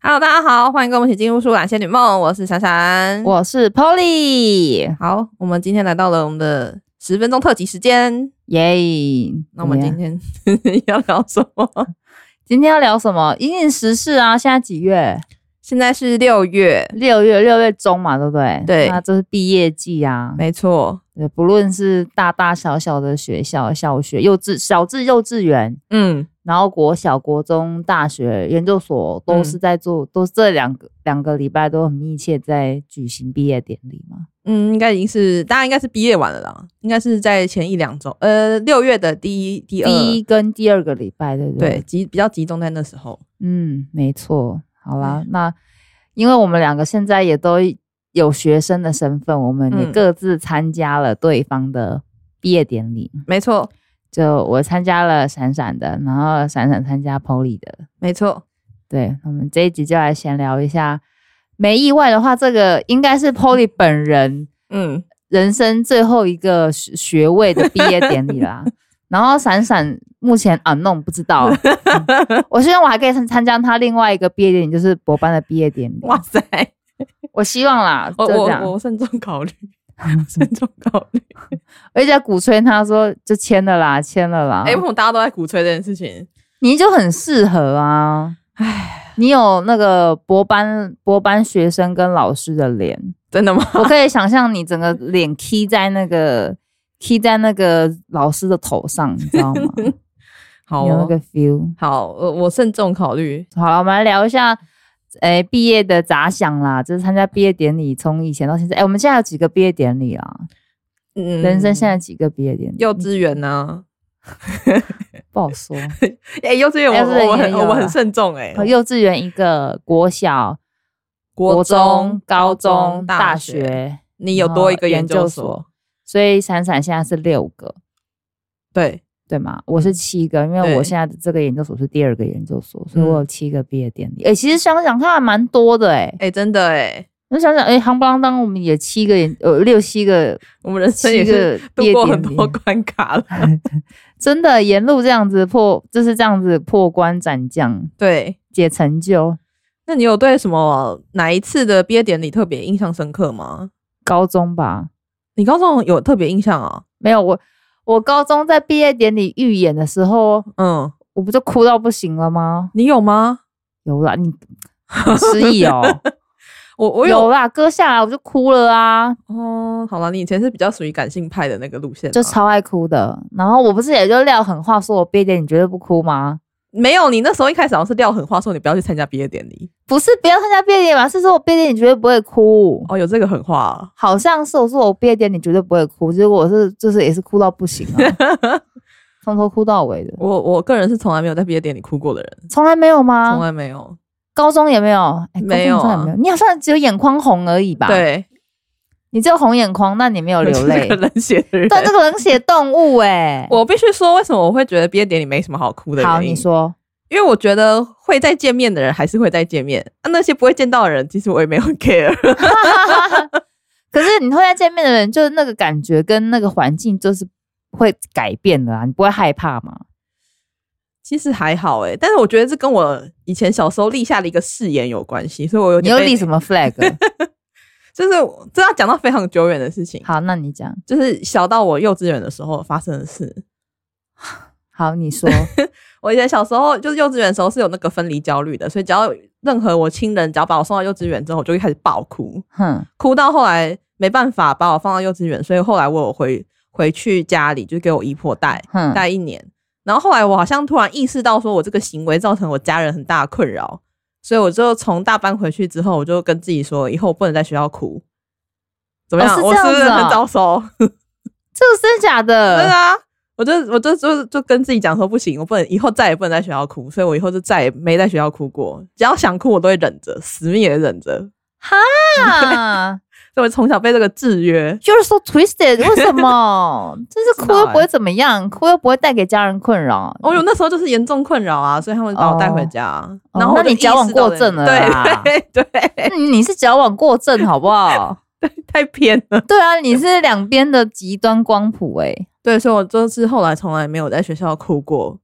Hello，大家好，欢迎跟我们一起进入《舒懒仙女梦》，我是闪闪。我是 Polly，好，我们今天来到了我们的十分钟特辑时间。耶、那我们怎么今样天 要聊什么？今天要聊什么？因应时事啊，现在几月？现在是六月，六月，六月中嘛，对不对？对那这是毕业季啊。没错，对，不论是大大小小的学校、小学、幼稚、小至幼稚园，嗯，然后国小、国中、大学、研究所，都嗯是在做，都是这两个两个礼拜都很密切在举行毕业典礼嘛。嗯，应该已经是大家应该是毕业完了啦，应该是在前一两周，呃，六月的第一、第二，第一跟第二个礼拜，对不对？对，集比较集中在那时候。嗯，没错。好啦，那因为我们两个现在也都有学生的身份，我们嗯也各自参加了对方的毕业典礼。没错，就我参加了闪闪的，然后闪闪参加 Polly 的。没错，对，我们这一集就来闲聊一下。没意外的话，这个应该是 Polly 本人嗯，人生最后一个学学位的毕业典礼 啦。然后闪闪目前啊弄不知道，嗯我希望我还可以参参加他另外一个毕业典礼，就是博班的毕业典礼。哇塞，我希望啦，我就这样我。我慎重考虑，慎重考虑。我一直在鼓吹他说就签了啦，签了啦。哎、为什么大家都在鼓吹这件事情？你就很适合啊，哎， 你有那个博班博班学生跟老师的脸，真的吗？我可以想象你整个脸 key 在那个 key 在那个老师的头上，你知道吗？好、有那哦，个 feel。好，我我慎重考虑。好了，我们来聊一下，诶、毕业的杂想啦，就是参加毕业典礼，从以前到现在，诶、我们现在有几个毕业典礼啊？嗯人生现在几个毕业典礼？幼稚园呢、不好 说，哎、幼稚园幼稚我园我也很有啊我很慎重哎、哦幼稚园一个，国小、国中、高中中、大大学学，你有然多后一个研究究所所以闪闪现在是六个，对，对吗？我是七个，因为嗯对我现在的这个研究所是第二个研究所，所以嗯我有七个毕业典礼。诶、其实想想看，还蛮多的诶、哎、真的哎、我想想，诶、夯不啷当，我们也七个研，呃，六七个我 们人生也七是个度毕业过很典礼多，关卡了。 真的沿路这样子破，就是这样子破关斩将对，解成就。那你有对什么哪一次的毕业典礼特别印象深刻吗？高中吧，你高中有特别印象啊？没有我，我高中在毕业典礼预演的时候，嗯，我不就哭到不行了吗？你有吗？有 啦，你你失忆哦，我我有有啦，割下来我就哭了啊，哦，好了，你以前是比较属于感性派的那个路线啊吗，就超爱哭的。然后我不是也就撂狠话说，我毕业典礼绝对不哭吗？没有。你那时候一开始好像是撂狠话说你不要去参加毕业典礼，不是不要参加毕业典礼嘛，是说我毕业典礼绝对不会哭。哦，有这个狠话、啊。好像是我说我毕业典礼绝对不会哭，结果我是就是也是哭到不行啊， 从头哭到尾的，我我个人是从来没有在毕业典礼哭过的人，从来没有从吗？来没有。高中也没有，哎没有啊高中好像也没有，你好像只有眼眶红而已吧？，对，你只有红眼眶，那你没有我流 就是泪个。冷血的人。对，这个冷血动物哎、我必须说，为什么我会觉得毕业典礼没什么好哭的原因？好，你，说，因为我觉得会再见面的人还是会再见面，啊，那些不会见到的人，其实我也没有 care。可是你后来见面的人，就是那个感觉跟那个环境，就是会改变的啊，你不会害怕吗？其实还好诶、但是我觉得这跟我以前小时候立下的一个誓言有关系，所以我有你点又被立什么 flag？ 就是这要讲到非常久远的事情，好，那你讲，就是小到我幼稚园的时候发生的事。好，你说，我以前小时候就是幼稚园的时候是有那个分离焦虑的，所以只要任何我亲人只要把我送到幼稚园之后，我就会开始爆哭，哼，哭到后来没办法把我放到幼稚园，所以后来我有回回去家里，就给我姨婆带哼，带一年。然后后来我好像突然意识到，说我这个行为造成我家人很大的困扰，所以我就从大班回去之后，我就跟自己说，以后我不能在学校哭。怎么样？哦是我这是样不子是很哦早熟？这个真的假的？对啊，我就我就就就跟自己讲说不行，我不能以后再也不能在学校哭，所以我以后就再也没在学校哭过。只要想哭，我都会忍着，死命也忍着。啊，所以我从小被这个制约。就是说 twisted，为什么？就是哭不知道哦又欸不会怎么样，哭又不会带给家人困扰。我有那时候就是严重困扰啊，所以他们把我带回家。哦然后我那就你矫枉过正了意识到啦这一点对 对对，嗯你是矫枉过正，好 不好？太偏了。对啊，你是两边的极端光谱哎、对，所以我就是后来从来没有在学校哭过。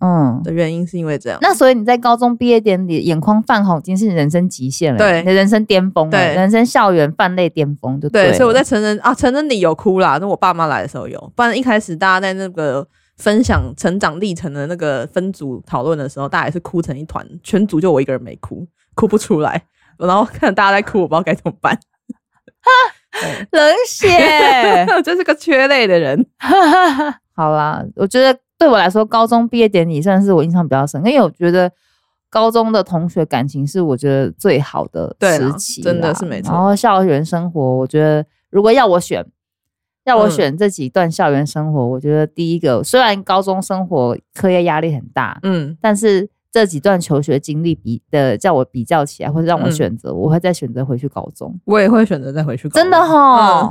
嗯，的原因是因为这样。那所以你在高中毕业典礼眼眶泛红，已经是你人生极限了，对你的人生巅峰了，对人生校园泛泪巅峰就对，了所以我在成人啊，成人礼有哭啦，那我爸妈来的时候有，不然一开始大家在那个分享成长历程的那个分组讨论的时候，大家也是哭成一团，全组就我一个人没哭，哭不出来，然后看大家在哭，我不知道该怎么 办，冷 血。我就是个缺泪的人。 好啦，我觉得对我来说，高中毕业典礼算是我印象比较深，因为我觉得高中的同学感情是我觉得最好的对啦时期啦，真的是没错然后校园生活，我觉得如果要我选，要我选这几段校园生活，我觉得第一个虽然高中生活课业压力很大，嗯，但是这几段求学经历比的叫我比较起来，或者让我嗯选择，我会再选择回去高中。我也会选择再回去。真的哦，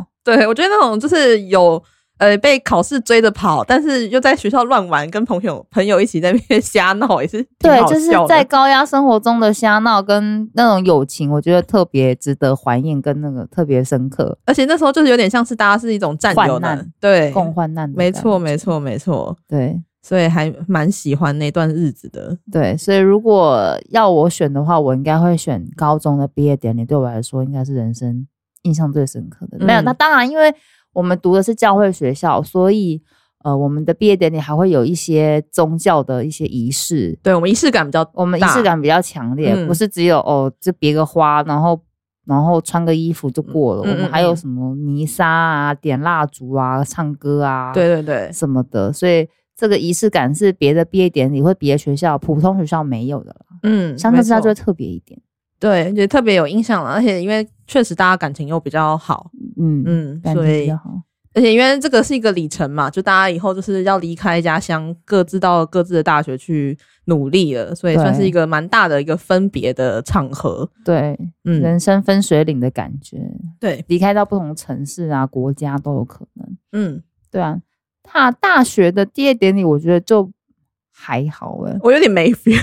哈、对，我觉得那种就是有呃被考试追着跑，但是又在学校乱玩，跟朋友朋友一起在那边瞎闹，也是挺对，好就是笑的在高压生活中的瞎闹跟那种友情，我觉得特别值得怀念，跟那个特别深刻，而且那时候就是有点像是大家是一种战友患的难，对，共患难的。没错，，没错，没错，对所以还蛮喜欢那段日子的。对，所以如果要我选的话，我应该会选高中的毕业典礼，对我来说应该是人生印象最深刻的。没有，嗯那当然，因为我们读的是教会学校，所以呃，我们的毕业典礼还会有一些宗教的一些仪式，对我们仪式感比较，我们仪大式感比较强烈，嗯不是只有哦，就别个花，然后然后穿个衣服就过了。嗯嗯我们还有什么弥撒啊、点蜡烛啊、唱歌啊，对对对，什么的，所以这个仪式感是别的毕业典礼或别的学校、普通学校没有的啦。嗯，相较之下没就错会特别一点。对，也特别有印象了。而且因为确实大家感情又比较好，嗯嗯，嗯，感觉所比以较好。而且因为这个是一个里程嘛，就大家以后就是要离开家乡，各自到各自的大学去努力了，所以对算是一个蛮大的一个分别的场合。对，嗯，人生分水岭的感觉，对，离开到不同城市啊、国家都有可能。嗯，对啊，大大学的毕业典礼，我觉得就还好哎、我有点没 feel，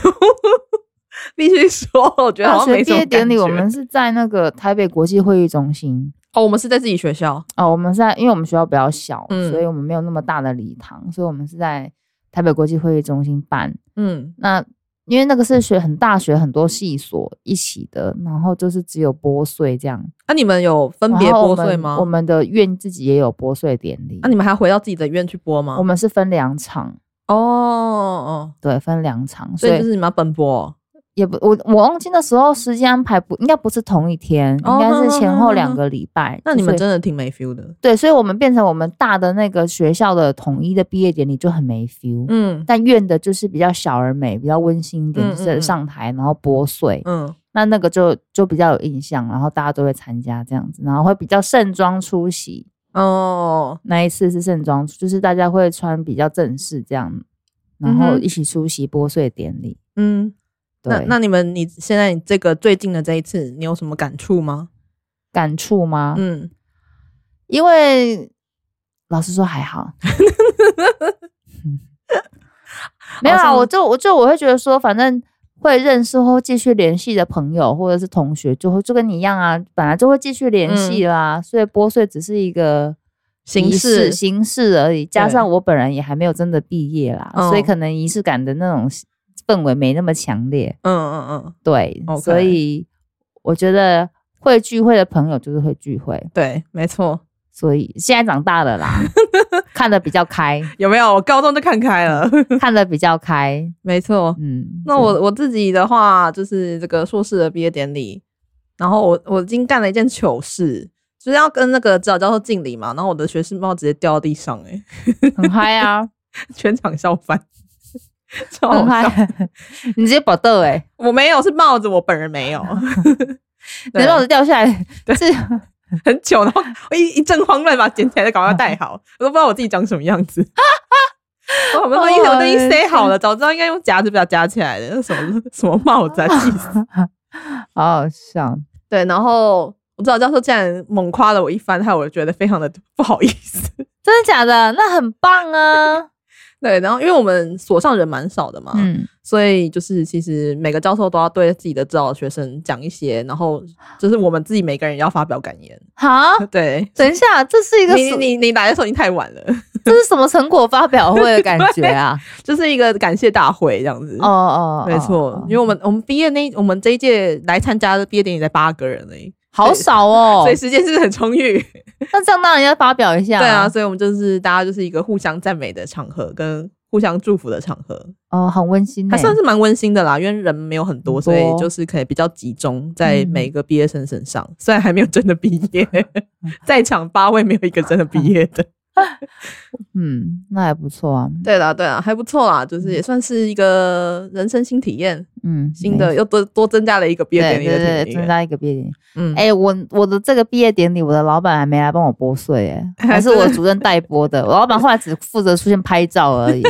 必须说，我觉得好像大学没毕什么业典礼，感我觉们是在那个台北国际会议中心哦，我们是在自己学校，哦，我们是在，因为我们学校比较小，嗯所以我们没有那么大的礼堂，所以我们是在台北国际会议中心办。嗯那因为那个是学很大学很多系所一起的，然后就是只有拨穗这样，那、啊你们有分别然后我拨们穗吗啊我？们的院自己也有拨穗典礼，那、你们还回到自己的医院去拨吗我？们是分两场，哦哦，对，分两场，所所以就以是你们要奔波哦、也不我我忘记那时候时间安排不应该不是同一天，哦应该是前后两哼哼个礼拜。那你所们以真的挺没 feel 的。对，所以我们变成我们大的那个学校的统一的毕业典礼就很没 feel，、嗯但院的就是比较小而美，比较温馨一点，嗯就嗯嗯是上台然后拨穗，嗯那那个就就比较有印象，然后大家都会参加这样子，然后会比较盛装出席。哦，那一次是盛装，就是大家会穿比较正式这样，然后嗯哼一起出席拨穗典礼。嗯，那对，那你们你现在你这个最近的这一次，你有什么感触吗？感触吗？嗯，因为老实说还好， 没有好啊，像我就我就我会觉得说，反正会认识或继续联系的朋友或者是同学，就会就跟你一样啊，本来就会继续联系啦，所以拨穗只是一个嗯形仪式形式而已。加上我本人也还没有真的毕业啦，嗯所以可能仪式感的那种氛围没那么强烈，嗯嗯嗯，对 OK 所以我觉得会聚会的朋友就是会聚会。对，没错。所以现在长大了 啦，看得比较开，有没有？我高中就看开了， 看得比较开，没错。 嗯。那我我自己的话，就是这个硕士的毕业典礼，然后我我已经干了一件糗事，就是要跟那个指导教授敬礼嘛，然后我的学士帽直接掉到地上、欸， 就很嗨 啊，全场笑翻，超很好笑。嗨，你直接爆豆哎，我没有，是帽子，我本人没有， 你对帽子掉下来， 是很糗，然后我一一阵慌乱把它捡起来，再赶快戴好，我都不知道我自己长什么样子。 我 们都已经我都已经塞好了，早知道应该用夹子把它夹起来的，什么什么帽 子啊，气死！好好笑，对，然后我指导教授竟然猛夸了我一番，害我觉得非常的 不好意思。真的假的？那很棒啊，对，然后因为我们所上人蛮少的嘛， 嗯，所以就是其实每个教授都要对自己的指导学生讲一些，然后就是我们自己每个人也要发表感言。好， 对，哦等一下，这是一个你什你你来的时候已经太晚了，这是什么成果发表会的感觉 啊？就是一个感谢大会这样子。哦哦，哦没错，哦因为我们我们毕业那我们这一届来参加的毕业典礼才八个人而已，好少哦所以。时间是不是很充裕。那这样当然要发表一下，对啊，，所以我们就是大家就是一个互相赞美的场合，跟互相祝福的场合，哦，很温馨欸，还算是蛮温馨的啦。因为人没有很多，很多所以就是可以比较集中在嗯每个毕业生身上。虽然还没有真的毕 业，在场八位没有一个真的毕业的。嗯，那还不错啊， 对啦，对啦，还不错啦，就是也算是一个人生新体验，嗯，新没的又多多增加了一个毕业对典礼对对的对，体增验。加一个毕业典啊礼。嗯，哎、我我的这个毕业典礼，我的老板还没来帮我拨穗， 哎，还还是是我主任代拨的。我老板后来只负责出现拍照而已，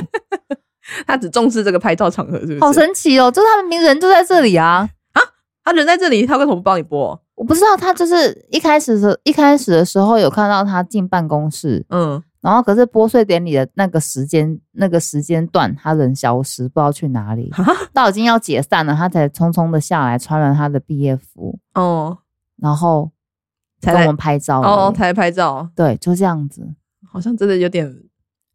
他只重视这个拍照场合，是不好是？神奇哦！就是他们名人就在这里啊，他人在这里，他为什么不帮你播？我不知道他就是一开始的一开始的时候有看到他进办公室，嗯，然后可是拨穗典礼的那个时间那个时间段，他人消失，不知道去哪里， 哈，到已经要解散了，他才匆匆的下来，穿了他的毕业服，哦，然后才跟来我们拍照而哦已，才拍照，对，就这样子。好像真的有点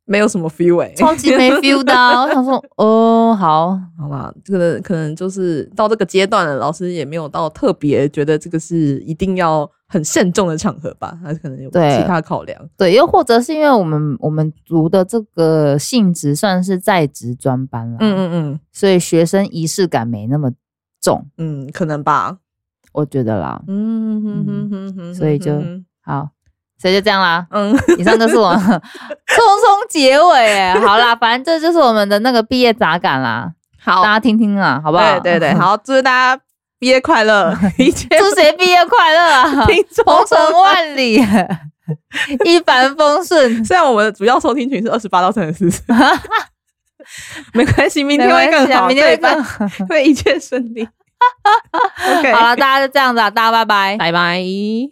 没有什么 feel 哎、超级没 feel 的啊、我想说，哦，好，好啦，这个可能就是到这个阶段了，老师也没有到特别觉得这个是一定要很慎重的场合吧，他可能有对其他考量。对，又或者是因为我们我们读的这个性质算是在职专班啦，嗯嗯，嗯嗯所以学生仪式感没那么重，嗯嗯，可能吧。我觉得啦。嗯哼哼哼哼，所以就嗯好，所以就这样啦。嗯以上就是我们 匆匆结尾，哎，好啦，反正这就是我们的那个毕业杂感啦，好大，家听听啦，好不好？对对对，，好，祝大家毕业快乐，一 切祝谁毕业快乐 啊！听众鹏程万里， 一帆风 顺。虽然我们的主要收听群是二十八到三 十四，没关系，明天会没关更系啊好，明天会 对更吧会一切顺利。OK，好了，大家就这样子啊，大家拜拜。拜拜。